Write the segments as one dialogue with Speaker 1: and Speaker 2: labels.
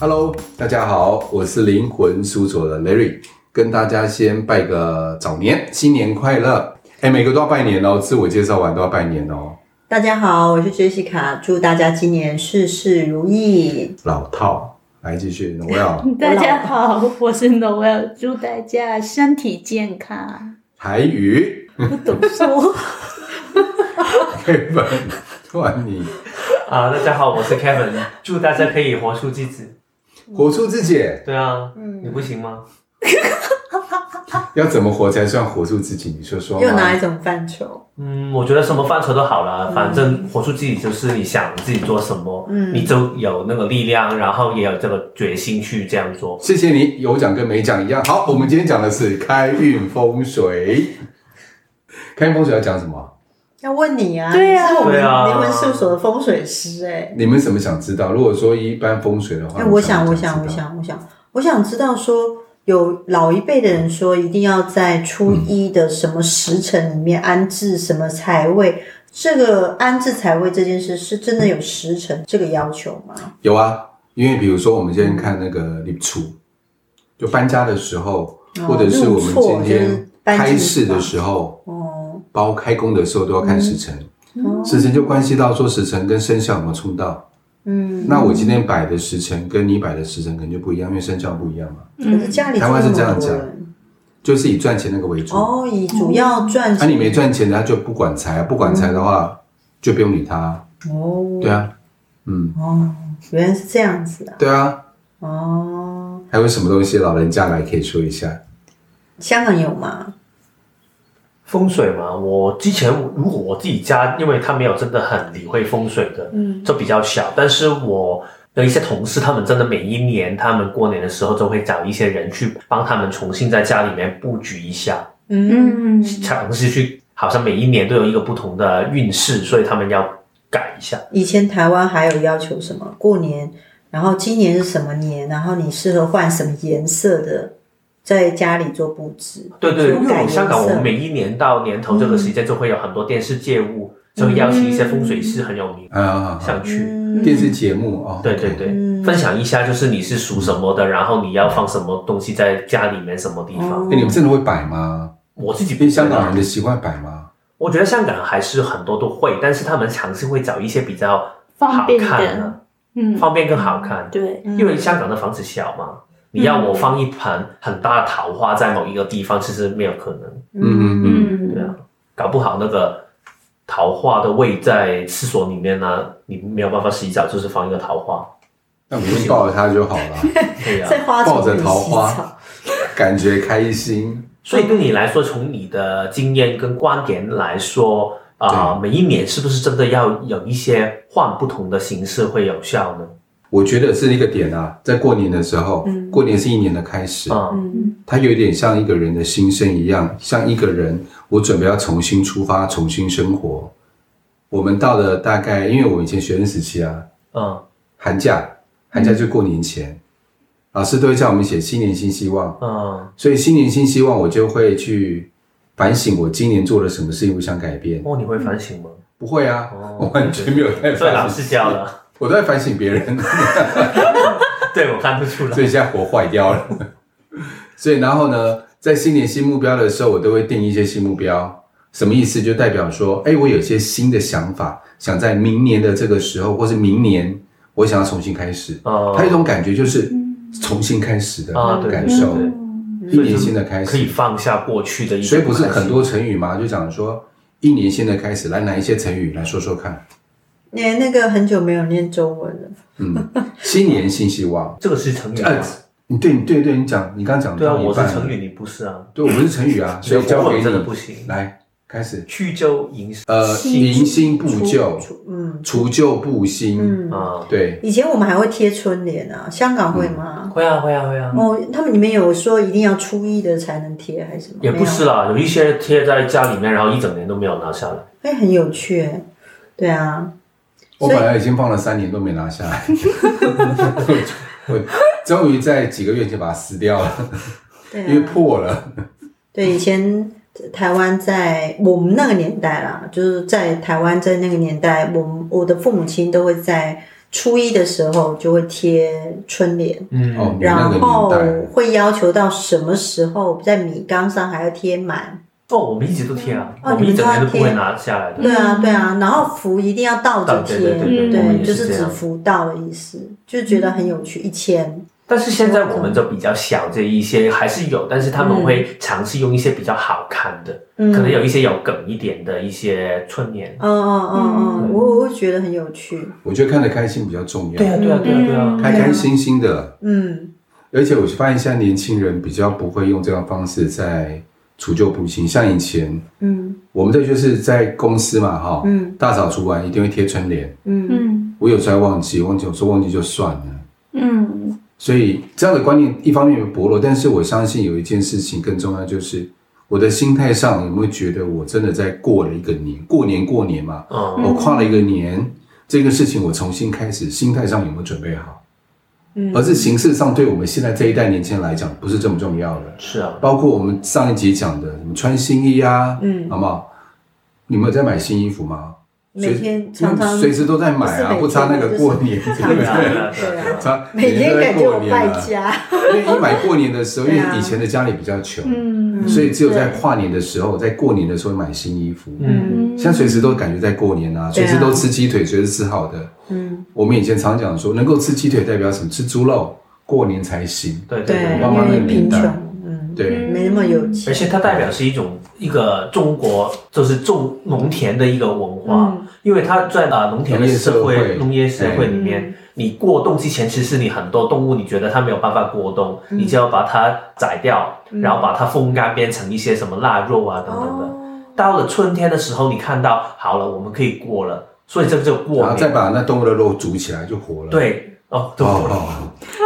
Speaker 1: Hello，大家好，我是灵魂书桌的 Larry，跟大家先拜个早年，新年快乐！哎，每个都要拜年哦，自我介绍完都要拜年哦。
Speaker 2: 大家好，我是 Jessica，祝大家今年事事如意。
Speaker 1: 老套，来继续，我要
Speaker 3: 大家好，我是 Noel，祝大家身体健康。
Speaker 1: 台语
Speaker 3: 不懂说，
Speaker 1: Kevin，换你
Speaker 4: 啊，大家好，我是 Kevin，祝大家可以活出自己。
Speaker 1: 活出自己，
Speaker 4: 对啊，
Speaker 2: 嗯
Speaker 4: 你不行吗？
Speaker 1: 要怎么活才算活出自己？你说说
Speaker 2: 又哪
Speaker 1: 嘛。
Speaker 2: 一种范畴？
Speaker 4: 嗯，我觉得什么范畴都好啦，反正活出自己就是你想自己做什么，
Speaker 2: 嗯
Speaker 4: 你就有那个力量，然后也有这个决心去这样做。
Speaker 1: 谢谢你，有奖跟没奖一样。好，我们今天讲的是开运风水。开运风水要讲什么？
Speaker 2: 要问你啊，
Speaker 3: 对
Speaker 2: 你
Speaker 3: 啊
Speaker 2: 是我们
Speaker 4: 对啊
Speaker 2: 灵魂事务所的风水师哎、
Speaker 1: 你们什么想知道？如果说一般风水的话，
Speaker 2: 哎，我想，我
Speaker 1: 你什
Speaker 2: 想，
Speaker 1: 么
Speaker 2: 我
Speaker 1: 知道，
Speaker 2: 想，我想，我想知道说，有老一辈的人说，一定要在初一的什么时辰里面安置什么财位，这个安置财位这件事是真的有时辰这个要求吗？
Speaker 1: 有啊，因为比如说我们今天看那个立储，就搬家的时候，
Speaker 2: 哦
Speaker 1: 或者是我们今
Speaker 2: 入错就是
Speaker 1: 天
Speaker 2: 搬进
Speaker 1: 开市的时候，
Speaker 2: 哦，
Speaker 1: 包括开工的时候都要看时辰，
Speaker 2: 哦
Speaker 1: 时辰就关系到说时辰跟生肖有没有冲到。
Speaker 2: 嗯，
Speaker 1: 那我今天摆的时辰跟你摆的时辰可能就不一样，因为生肖不一样嘛，
Speaker 2: 可
Speaker 3: 嗯
Speaker 2: 是家里
Speaker 1: 台湾是
Speaker 2: 住
Speaker 1: 这
Speaker 2: 那
Speaker 1: 样
Speaker 2: 么多
Speaker 1: 讲
Speaker 2: 人
Speaker 1: 就是以赚钱那个为主。
Speaker 2: 哦，以主要赚
Speaker 1: 那、
Speaker 2: 钱，
Speaker 1: 啊你没赚钱的，他就不管财，啊不管财的
Speaker 2: 嗯
Speaker 1: 话就不用理他。
Speaker 2: 哦，
Speaker 1: 对啊，嗯，
Speaker 2: 哦，原来是这样子啊，
Speaker 1: 对啊。
Speaker 2: 哦，
Speaker 1: 还有什么东西老人家来可以说一下？
Speaker 2: 香港有吗？
Speaker 4: 风水嘛，我之前如果我自己家，因为他没有真的很理会风水的，
Speaker 2: 嗯，
Speaker 4: 就比较小。但是我的一些同事，他们真的每一年，他们过年的时候就会找一些人去帮他们重新在家里面布局一下，
Speaker 2: 嗯，
Speaker 3: 嗯，
Speaker 4: 尝试去，好像每一年都有一个不同的运势，所以他们要改一下。
Speaker 2: 以前台湾还有要求什么过年，然后今年是什么年，然后你适合换什么颜色的，在家里做布置，
Speaker 4: 对对，
Speaker 2: 修
Speaker 4: 因为
Speaker 2: 改
Speaker 4: 我
Speaker 2: 颜
Speaker 4: 们香港，我
Speaker 2: 色
Speaker 4: 们每一年到年头这个时间，就会有很多电视借物，就会邀请一些风水师很有名
Speaker 1: 啊啊，啊啊
Speaker 4: 上去。
Speaker 2: 嗯
Speaker 1: 电视节目哦，
Speaker 4: 对对
Speaker 1: OK
Speaker 4: 对
Speaker 2: 嗯，
Speaker 4: 分享一下就是你是属什么的，然后你要放什么东西在家里面什么地
Speaker 2: 哦
Speaker 4: 方。
Speaker 1: 哎、你们真的会摆吗？
Speaker 4: 我自己
Speaker 1: 因为香港
Speaker 4: 人
Speaker 1: 人的习惯摆吗？
Speaker 4: 我觉得香港还是很多都会，但是他们尝试会找一些比较
Speaker 3: 方便
Speaker 4: 好看的
Speaker 3: 的，嗯，
Speaker 4: 方便更好看，
Speaker 3: 对，
Speaker 2: 嗯
Speaker 4: 因为香港的房子小嘛，你要我放一盆很大的桃花在某一个地方，其实没有可能，
Speaker 1: 嗯嗯嗯，
Speaker 4: 对
Speaker 3: 嗯，
Speaker 4: 啊，搞不好那个桃花的位在厕所里面呢、你没有办法洗澡，就是放一个桃花，
Speaker 1: 那我们就抱着它就好了，
Speaker 4: 对
Speaker 2: 嗯
Speaker 4: 啊，
Speaker 2: 在花丛
Speaker 1: 抱着
Speaker 2: 里洗
Speaker 1: 桃花
Speaker 2: 澡，
Speaker 1: 感觉开心。
Speaker 4: 所以对你来说，从你的经验跟观点来说。啊、每一年是不是真的要有一些换不同的形式会有效呢？
Speaker 1: 我觉得是一个点啊，在过年的时候，
Speaker 2: 嗯
Speaker 1: 过年是一年的开始，
Speaker 4: 啊、
Speaker 2: 嗯
Speaker 1: 它有点像一个人的新生一样，像一个人，我准备要重新出发，重新生活。我们到了大概，因为我以前学生时期啊，
Speaker 4: 嗯
Speaker 1: 寒假，寒假就过年前，老师都会叫我们写新年新希望，
Speaker 4: 嗯，
Speaker 1: 所以新年新希望，我就会去反省我今年做了什么事情，我想改变。
Speaker 4: 哦，你会反省吗？
Speaker 1: 不会啊，
Speaker 4: 哦
Speaker 1: 我完全没有 在
Speaker 4: 所以老
Speaker 1: 反省，
Speaker 4: 师 教了，
Speaker 1: 我都在反省别 人，
Speaker 4: 对我看不出来
Speaker 1: 所。以现在活坏掉了。 所以然后呢，在新年新目标的时候，我都会定一些新目标，什么意思？就代表说，哎，我有些新的想法，想在明年的这个时候，或是明年，我想要重新开始。
Speaker 4: 哦
Speaker 1: 它有一种感觉就是
Speaker 2: 嗯
Speaker 1: 重新开始的
Speaker 4: 啊对
Speaker 1: 感
Speaker 4: 对
Speaker 1: 受，
Speaker 4: 对
Speaker 1: 一年新的开
Speaker 4: 可以
Speaker 1: 始。
Speaker 4: 放下过去的一些
Speaker 1: 所以
Speaker 4: 开心，
Speaker 1: 不是很多成语嘛，就讲说一年新的开始。来，哪一些成语来说说看？
Speaker 2: 你哎那个很久没有念中文了，
Speaker 1: 嗯，新年新希望。
Speaker 4: 这个是成语吗
Speaker 1: 呃，你对，你对，对你讲，你刚刚讲
Speaker 4: 对啊，
Speaker 1: 到一
Speaker 4: 我是
Speaker 1: 半
Speaker 4: 成，语，你不是啊？
Speaker 1: 对我不是成语啊，所以交
Speaker 4: 我
Speaker 1: 给
Speaker 4: 真的不
Speaker 1: 你
Speaker 4: 行。
Speaker 1: 来开始。
Speaker 4: 去就迎
Speaker 1: 呃，迎新布旧，
Speaker 2: 出嗯
Speaker 1: 除旧布新，
Speaker 2: 嗯，
Speaker 4: 啊，
Speaker 1: 对，
Speaker 2: 以前我们还会贴春联啊，香港会吗？
Speaker 4: 会啊会啊会啊，
Speaker 1: 嗯
Speaker 2: 哦，他们里面有说一定要初一的才能贴，还是什么？
Speaker 4: 也不是
Speaker 2: 没有，
Speaker 4: 啦，有一些贴在家里面，然后一整年都没有拿下来。
Speaker 2: 哎，很有趣耶，对啊，
Speaker 1: 我
Speaker 2: 所以
Speaker 1: 本来已经放了三年都没拿下 来，我终于在几个月前把它撕掉了，
Speaker 2: 对啊，
Speaker 1: 因为破了。
Speaker 2: 对，以前台湾在我们那个年代啦，就是在台湾在那个年代，我们我的父母亲都会在初一的时候就会贴春联，
Speaker 4: 嗯
Speaker 1: 哦那个
Speaker 2: 然
Speaker 1: 年
Speaker 2: 后
Speaker 1: 代
Speaker 2: 会要求到什么时候在米缸上还要贴满。
Speaker 4: 哦，我们一直都贴啊，
Speaker 2: 哦
Speaker 4: 我们一整年都不会
Speaker 2: 你们都
Speaker 4: 拿下来的。
Speaker 2: 对啊，对啊，然后福一定要倒着
Speaker 4: 对
Speaker 2: 贴，
Speaker 4: 对
Speaker 3: 对对我们也
Speaker 2: 就是是
Speaker 4: 这
Speaker 2: 指
Speaker 4: 样
Speaker 2: 福到的意思，就觉得很有趣。一千，
Speaker 4: 但是现在我们就比较小这一些还是有，但是他们会尝试用一些比较好看的，
Speaker 2: 嗯，
Speaker 4: 可能有一些有梗一点的一些春联。
Speaker 2: 嗯嗯嗯嗯，
Speaker 4: 嗯
Speaker 2: 我我会觉得很有趣。
Speaker 1: 我觉得看得开心比较重要，
Speaker 4: 对啊，对啊，对啊，对啊
Speaker 3: 嗯。
Speaker 1: 开开心心的。
Speaker 2: 嗯，
Speaker 1: 而且我发现现在年轻人比较不会用这样的方式在除旧布新，像以前
Speaker 2: 嗯
Speaker 1: 我们这就是在公司嘛，哈，
Speaker 2: 嗯
Speaker 1: 大扫除完一定会贴春联。
Speaker 2: 嗯
Speaker 3: 嗯
Speaker 1: 我有时候还忘记，忘记我说忘记就算了。
Speaker 3: 嗯
Speaker 1: 所以这样的观念一方面有薄弱，但是我相信有一件事情更重要，就是我的心态上有没有觉得我真的在过了一个年，过年过年嘛，
Speaker 4: 嗯，
Speaker 1: 我跨了一个年，这个事情我重新开始，心态上有没有准备好？
Speaker 2: 嗯，
Speaker 1: 而是形式上对我们现在这一代年轻人来讲不是这么重要的。
Speaker 4: 是啊，
Speaker 1: 包括我们上一集讲的什么穿新衣啊，
Speaker 2: 嗯
Speaker 1: 好不好？你们有在买新衣服吗？
Speaker 2: 每天常常
Speaker 1: 嗯随时都在买啊，
Speaker 2: 不
Speaker 1: 不
Speaker 2: 是每
Speaker 1: 差
Speaker 2: 天
Speaker 1: 那个过 年，对
Speaker 2: 常
Speaker 1: 不
Speaker 4: 对啊，对
Speaker 1: 对？
Speaker 4: 啊，对啊。
Speaker 1: 差
Speaker 2: 每天
Speaker 1: 都在
Speaker 2: 感觉
Speaker 1: 过
Speaker 2: 我
Speaker 1: 年
Speaker 2: 败
Speaker 1: 啊。
Speaker 2: 家。嗯
Speaker 1: 因为一买过年的时候，因
Speaker 2: 对啊
Speaker 1: 为以前的家里比较穷，
Speaker 3: 嗯，
Speaker 1: 所以只有在跨年的时候，在过年的时候买新衣服。
Speaker 4: 嗯，
Speaker 3: 嗯
Speaker 1: 现在随时都感觉在过年啊，
Speaker 2: 对
Speaker 1: 随
Speaker 2: 啊
Speaker 1: 时都吃鸡腿，随时吃好的。
Speaker 2: 嗯，
Speaker 1: 我们以前常讲说，能够吃鸡腿代表什么？吃猪肉，过年才行。
Speaker 4: 对对
Speaker 2: 对，啊
Speaker 1: 妈妈
Speaker 4: 对。
Speaker 1: 那
Speaker 2: 因
Speaker 1: 个
Speaker 2: 为
Speaker 1: 年
Speaker 2: 贫
Speaker 1: 代
Speaker 2: 穷，嗯，
Speaker 1: 对，
Speaker 2: 没那么有
Speaker 4: 而
Speaker 2: 钱。
Speaker 4: 且它代表是一种一个中国就是种农田的一个文化，
Speaker 2: 嗯
Speaker 4: 因为它在啊农田的社
Speaker 1: 农业社会
Speaker 4: 会、农业社会里
Speaker 2: 嗯
Speaker 4: 面，你过冬之前，其实你很多动物你觉得它没有办法过冬，
Speaker 2: 嗯
Speaker 4: 你就要把它宰掉，然后把它风干变成一些什么腊肉啊等等的。
Speaker 2: 哦，
Speaker 4: 到了春天的时候，你看到好了，我们可以过了，所以这个就过
Speaker 1: 然后再
Speaker 4: 年。
Speaker 1: 把那动物的肉煮起来就活了。
Speaker 4: 对哦，对，
Speaker 1: 哦，哦，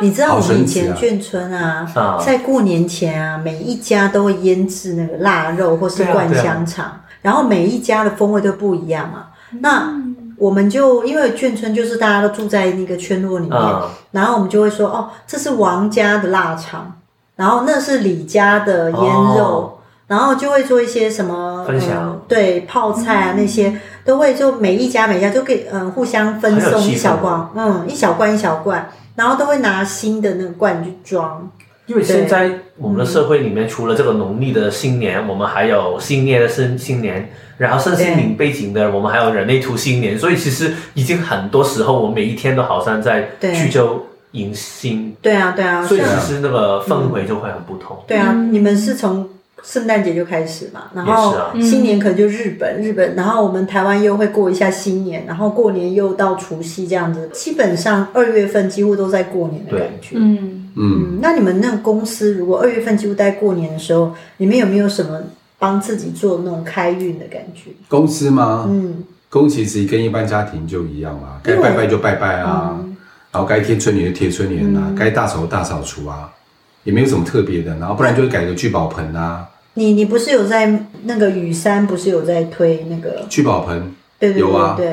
Speaker 2: 你知道我
Speaker 1: 好神
Speaker 2: 们以
Speaker 1: 奇
Speaker 2: 前
Speaker 1: 啊
Speaker 2: 眷村啊，
Speaker 4: 啊
Speaker 2: 在过年前啊，每一家都会腌制那个腊肉或是
Speaker 4: 对啊
Speaker 2: 灌
Speaker 4: 对啊
Speaker 2: 香肠，然后每一家的风味都不一样嘛。那我们就因为眷村就是大家都住在那个圈落里面，
Speaker 4: 啊
Speaker 2: 然后我们就会说哦，这是王家的腊肠，然后那是李家的腌肉，
Speaker 4: 哦
Speaker 2: 然后就会做一些什么
Speaker 4: 分享
Speaker 2: 呃对泡菜啊那些，都会就每一家每一家就给嗯、互相分
Speaker 4: 很有
Speaker 2: 送
Speaker 4: 气
Speaker 2: 一小
Speaker 4: 氛
Speaker 2: 罐，嗯一小罐一小罐，然后都会拿新的那个罐去装，
Speaker 4: 因为
Speaker 2: 对
Speaker 4: 现在我们的社会里面，除了这个农历的新年，我们还有新年的新新年，然后身心灵背景的，我们还有人类图新年，所以其实已经很多时候，我每一天都好像在
Speaker 2: 对
Speaker 4: 聚焦迎新，
Speaker 2: 对啊对啊，
Speaker 4: 所以
Speaker 2: 像
Speaker 4: 其实那个氛围就会很不同。
Speaker 2: 对啊，
Speaker 3: 嗯
Speaker 2: 你们是从圣诞节就开始嘛，然后
Speaker 4: 也是啊
Speaker 2: 新年可能就日本，日本，然后我们台湾又会过一下新年，然后过年又到除夕这样子，基本上二月份几乎都在过年的
Speaker 4: 对
Speaker 2: 感觉。
Speaker 3: 嗯
Speaker 1: 嗯，
Speaker 2: 嗯，那你们那个公司如果二月份几乎在过年的时候，你们有没有什么帮自己做那种开运的感觉？
Speaker 1: 公司吗？
Speaker 2: 嗯，
Speaker 1: 公其实跟一般家庭就一样嘛，该拜拜就拜拜啊，然后该贴春联就贴春联啊，该大扫除大扫除啊，也没有什么特别的，然后不然就是改个聚宝盆啊，
Speaker 2: 你你不是有在那个雨山，不是有在推那个？
Speaker 1: 聚宝盆，
Speaker 2: 对对
Speaker 1: 有啊
Speaker 2: 对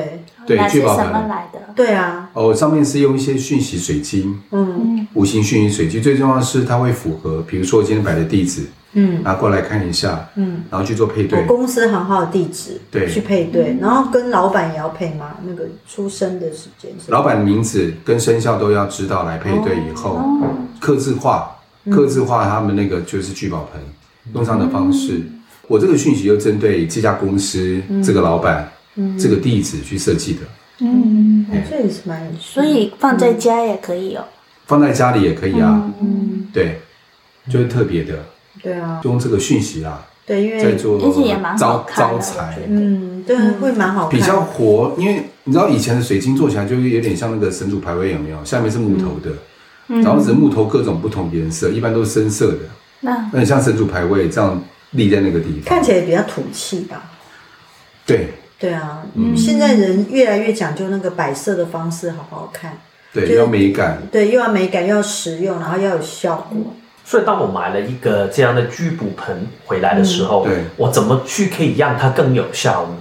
Speaker 1: 对
Speaker 2: 对
Speaker 3: 来是
Speaker 1: 聚宝
Speaker 3: 什么
Speaker 1: 盆
Speaker 3: 来的？
Speaker 2: 对啊，
Speaker 1: 哦，上面是用一些讯息水晶，
Speaker 2: 嗯
Speaker 3: 嗯
Speaker 1: 五行讯息水晶，最重要的是它会符合，比如说我今天摆的地址，
Speaker 2: 嗯
Speaker 1: 拿过来看一下，
Speaker 2: 嗯。
Speaker 1: 然后去做配
Speaker 2: 我
Speaker 1: 对，
Speaker 2: 公司行号的地址
Speaker 1: 对
Speaker 2: 去配对，然后跟老板也要配吗？那个出生的时间是吧
Speaker 1: 老板的名字跟生肖都要知道来配对以后，
Speaker 3: 哦
Speaker 1: 刻字化，
Speaker 3: 嗯
Speaker 1: 刻字化他们那个就是聚宝盆用上的方式。我这个讯息就针对这家公司、这个老板、这个地址去设计的，
Speaker 3: 嗯，
Speaker 2: 哦这也是蛮有趣的
Speaker 3: 所以放在家也可以哦。
Speaker 1: 放在家里也可以啊。
Speaker 3: 嗯，
Speaker 1: 对，就是特别的，
Speaker 2: 对啊，
Speaker 1: 就用这个讯息啦，
Speaker 2: 对，因
Speaker 1: 在
Speaker 2: 为
Speaker 1: 做
Speaker 3: 而且也蛮好
Speaker 1: 招
Speaker 3: 看的
Speaker 1: 招
Speaker 3: 我
Speaker 1: 财
Speaker 3: 觉，得
Speaker 2: 嗯，对，会蛮好看，
Speaker 1: 比较活。因为你知道以前的水晶做起来就有点像那个神主牌位有没有？下面是木头的，
Speaker 3: 嗯
Speaker 1: 然后是木头各种不同颜色，一般都是深色的。
Speaker 3: 那
Speaker 1: 那很像神主牌位这样立在那个地方，
Speaker 2: 看起来比较土气吧。
Speaker 1: 对
Speaker 2: 对啊，
Speaker 1: 嗯
Speaker 2: 现在人越来越讲究那个摆设的方式，好好看，
Speaker 1: 对，
Speaker 2: 就
Speaker 1: 要美感，
Speaker 2: 对，又要美感，又要实用，然后要有效果。
Speaker 4: 所以当我买了一个这样的聚补盆回来的时候，
Speaker 1: 嗯对
Speaker 4: 我怎么去可以让它更有效呢？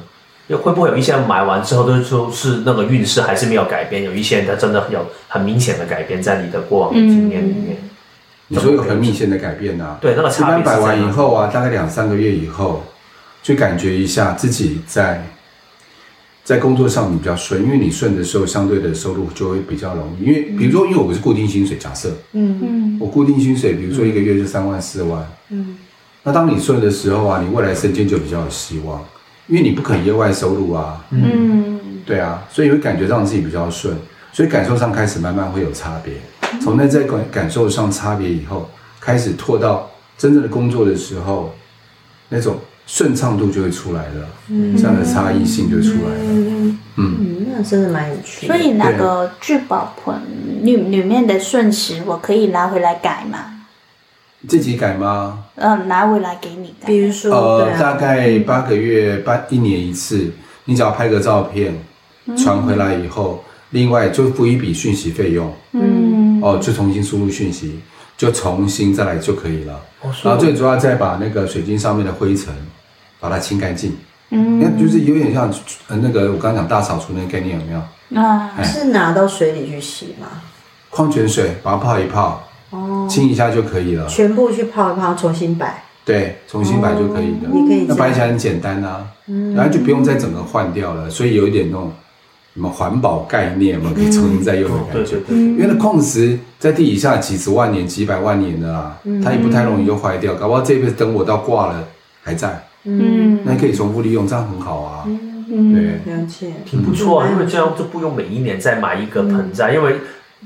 Speaker 4: 又会不会有一些人买完之后都就是那个运势还是没有改变，有一些人他真的有很明显的改变在你的过往的经验里面。
Speaker 1: 你说有很明显的改变呐、啊。
Speaker 4: 对，那个
Speaker 1: 一
Speaker 4: 差别
Speaker 1: 般
Speaker 4: 是在
Speaker 1: 摆完
Speaker 4: 哪
Speaker 1: 以后啊，大概两三个月以后，去感觉一下自己在在工作上你比较顺，因为你顺的时候，相对的收入就会比较容易。因为比如说，因为我是固定薪水，假设
Speaker 2: 嗯
Speaker 3: 嗯
Speaker 1: 我固定薪水，比如说一个月就三万四万，
Speaker 2: 嗯
Speaker 1: 那当你顺的时候啊，你未来升迁就比较有希望，因为你不可能业外收入啊，
Speaker 3: 嗯
Speaker 1: 对啊，所以会感觉让自己比较顺，所以感受上开始慢慢会有差别。从内在感感受上差别以后，开始拓到真正的工作的时候，那种顺畅度就会出来了，
Speaker 2: 嗯
Speaker 1: 这样的差异性就出来了。
Speaker 3: 嗯，
Speaker 1: 嗯，
Speaker 2: 嗯，那真的蛮有趣的。
Speaker 3: 所以那个聚宝盆里里面的顺时，我可以拿回来改吗？
Speaker 1: 自己改吗？
Speaker 3: 嗯，拿回来给你改。
Speaker 2: 比如说，
Speaker 1: 呃
Speaker 2: 对，啊，
Speaker 1: 大概八个月、半一年一次，你只要拍个照片，
Speaker 2: 嗯
Speaker 1: 传回来以后，另外就付一笔讯息费用。
Speaker 3: 嗯
Speaker 1: 哦，就重新输入讯息，就重新再来就可以了。
Speaker 4: 哦是
Speaker 1: 然后最主要再把那个水晶上面的灰尘把它清干净，那、
Speaker 3: 嗯
Speaker 1: 就是有点像呃那个我刚刚讲大扫除那个概念有没有？
Speaker 3: 啊
Speaker 2: 是拿到水里去洗嘛？
Speaker 1: 矿泉水把它泡一泡，
Speaker 2: 哦，
Speaker 1: 清一下就可以了。
Speaker 2: 全部去泡一泡，重新摆。
Speaker 1: 对，重新摆就可以了。
Speaker 2: 哦也可以这样嗯
Speaker 1: 那摆起来很简单啊，然后就不用再整个换掉了，所以有一点那种什么环保概念嘛，可以重新再用的
Speaker 4: 哦
Speaker 1: 感觉。
Speaker 4: 对对对，
Speaker 3: 嗯
Speaker 1: 因为那矿石在地底下几十万年、几百万年的啦，
Speaker 2: 嗯
Speaker 1: 它也不太容易就坏掉，搞不好这辈子等我到挂了还在，
Speaker 2: 嗯，
Speaker 1: 那可以重复利用，这样很好啊。
Speaker 3: 嗯
Speaker 1: 对，
Speaker 2: 了解。
Speaker 4: 挺不错啊，
Speaker 2: 嗯
Speaker 4: 因为这样就不用每一年再买一个盆栽，因为。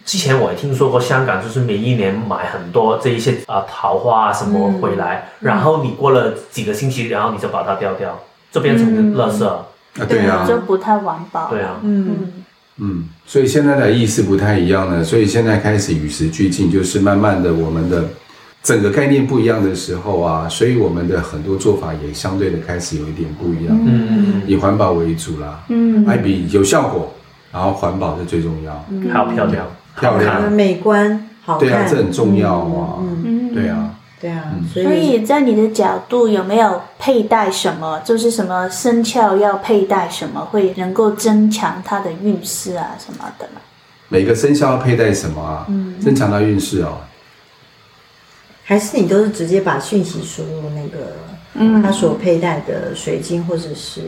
Speaker 4: 之前我也听说过，香港就是每一年买很多这一些啊桃花啊什么回来，然后你过了几个星期，然后你就把它掉掉，就变成垃圾。
Speaker 1: 啊，对啊，
Speaker 3: 就不太环保。
Speaker 4: 对啊，
Speaker 2: 嗯
Speaker 3: 嗯
Speaker 1: 嗯，所以现在的意识不太一样了，所以现在开始与时俱进，就是慢慢的我们的整个概念不一样的时候啊，所以我们的很多做法也相对的开始有一点不一样，
Speaker 4: 嗯
Speaker 1: 以环保为主啦，
Speaker 3: 嗯
Speaker 1: 还比有效果，然后环保是最重要，
Speaker 4: 嗯，好漂亮，
Speaker 1: 漂
Speaker 2: 我们
Speaker 1: 亮，
Speaker 2: 美观好看，
Speaker 1: 对啊，这很重要啊，
Speaker 2: 嗯，
Speaker 3: 嗯
Speaker 1: 对啊。
Speaker 2: 对啊，所
Speaker 3: 所
Speaker 2: 以
Speaker 3: 以在你的角度，有没有佩戴什么？就是什么生肖要佩戴什么，会能够增强它的运势啊什么的嘛？
Speaker 1: 每个生肖要佩戴什么啊？增强到运势哦。
Speaker 2: 还是你都是直接把讯息输入那个，嗯，它所佩戴的水晶或者是，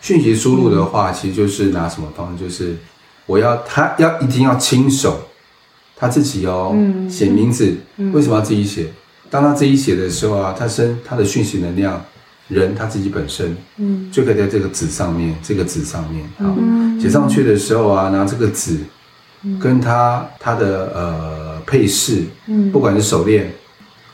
Speaker 1: 讯息输入的话，其实就是拿什么方式，就是我要他要一定要亲手他自己哦，
Speaker 2: 嗯
Speaker 1: 写名字，为什么要自己写？当他自己写的时候啊，他身他的讯息能量，人他自己本身，
Speaker 2: 嗯
Speaker 1: 就可以在这个纸上面，这个纸上面啊，写上去的时候啊，拿这个纸
Speaker 2: 嗯
Speaker 1: 跟他他的呃配饰，不管是手链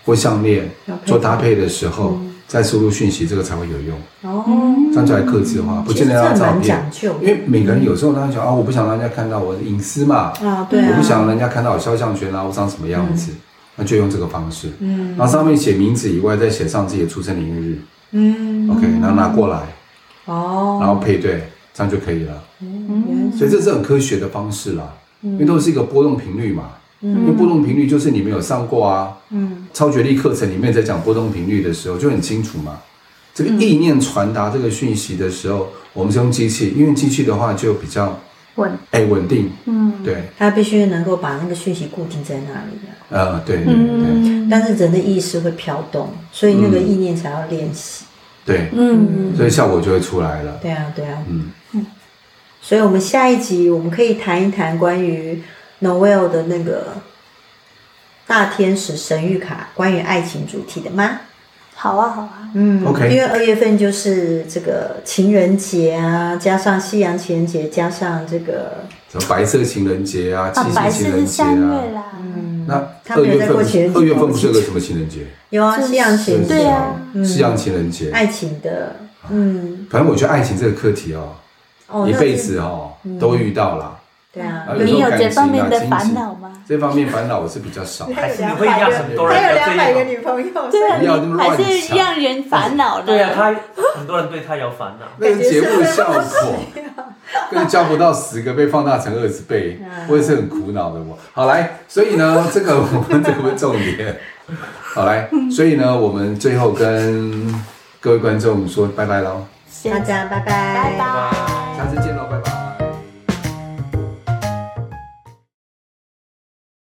Speaker 1: 或项链
Speaker 2: 嗯要配合嗯
Speaker 1: 做搭配的时候，再输入讯息，这个才会有用。
Speaker 2: 哦，
Speaker 1: 这样就来克制化，不
Speaker 2: 其
Speaker 1: 嗯
Speaker 2: 实
Speaker 1: 见得
Speaker 2: 这
Speaker 1: 要照
Speaker 2: 蛮
Speaker 1: 片
Speaker 2: 讲，究
Speaker 1: 因
Speaker 2: 的
Speaker 1: 为每个人有时候他想啊，我不想让人家看到我的隐私嘛，
Speaker 2: 啊，对啊，嗯
Speaker 1: 我不想让人家看到我肖像权啊，我长什么样子，那就用这个方式。嗯，然后上面写名字以外，再写上自己的出生年月日、
Speaker 2: 嗯，
Speaker 1: o k 然后拿过来，然
Speaker 2: 哦，嗯
Speaker 1: 后配对，这样就可以了。
Speaker 2: 原来
Speaker 1: 所以这是很科学的方式啦，
Speaker 2: 嗯
Speaker 1: 因为都是一个波动频率嘛。因为波动频率就是你们有上过啊，嗯，超觉力课程里面在讲波动频率的时候就很清楚
Speaker 2: 嗯
Speaker 1: 嘛。这个意念传达这个讯息的时候，我们是用机器，因为机器的话就比较
Speaker 3: 稳，
Speaker 1: 哎稳定，
Speaker 3: 嗯
Speaker 1: 对，
Speaker 2: 它必须能够把那个讯息固定在那里啊。
Speaker 1: 呃，对对对
Speaker 3: 嗯
Speaker 2: 但是人的意识会飘动，所以那
Speaker 1: 嗯
Speaker 2: 个意念才要练习。
Speaker 1: 对，
Speaker 3: 嗯
Speaker 1: 所以效果就会出来了。
Speaker 2: 对啊，对啊。
Speaker 1: 嗯，
Speaker 2: 所以我们下一集我们可以谈一谈关于 Noel 的那个大天使神谕卡，关于爱情主题的吗？
Speaker 3: 好啊好啊，
Speaker 2: 嗯
Speaker 1: OK
Speaker 2: 因为二月份就是这个情人节啊，加上西洋情人节，加上这个
Speaker 1: 什么白色情人节啊，七
Speaker 3: 啊白
Speaker 1: 夕
Speaker 3: 色
Speaker 1: 情
Speaker 3: 是
Speaker 1: 人节
Speaker 3: 三月
Speaker 1: 啊，
Speaker 3: 啦，
Speaker 2: 嗯
Speaker 1: 那
Speaker 2: 他
Speaker 1: 二
Speaker 2: 没有
Speaker 1: 月
Speaker 2: 在
Speaker 1: 份
Speaker 2: 过情人节
Speaker 1: 二月份不是有个什么情人节？
Speaker 2: 有啊，西洋情人节，
Speaker 3: 对啊
Speaker 1: 西洋情人节。
Speaker 2: 嗯爱情的，嗯，
Speaker 1: 反正我觉得爱情这个课题哦，
Speaker 2: 哦，
Speaker 1: 一
Speaker 2: 那
Speaker 1: 辈
Speaker 2: 是嗯
Speaker 1: 子哦都会遇到啦。
Speaker 2: 对啊，
Speaker 1: 啊
Speaker 3: 你有这方面的
Speaker 1: 有时候感
Speaker 3: 烦
Speaker 1: 情啊
Speaker 3: 恼吗？
Speaker 1: 这方面烦恼我是比较少，
Speaker 4: 还是你会让很多人
Speaker 2: 他有
Speaker 4: 有
Speaker 2: 两百个
Speaker 4: 这一种。
Speaker 2: 女朋友，
Speaker 3: 对啊，
Speaker 1: 不要那么
Speaker 3: 你
Speaker 1: 乱
Speaker 3: 还是
Speaker 1: 想
Speaker 3: 让人烦恼呢。
Speaker 4: 对啊，他很多人对他有烦恼。
Speaker 1: 那个节目效果 更交不到十个，被放大成二十倍，我也是很苦恼的。我好来，所以呢，这个我们这个重点，好来，所以呢，我们最后跟各位观众说拜拜喽，
Speaker 3: 是
Speaker 2: 大家拜拜，
Speaker 3: 拜
Speaker 1: 下
Speaker 3: 拜。
Speaker 1: 次见喽，拜拜。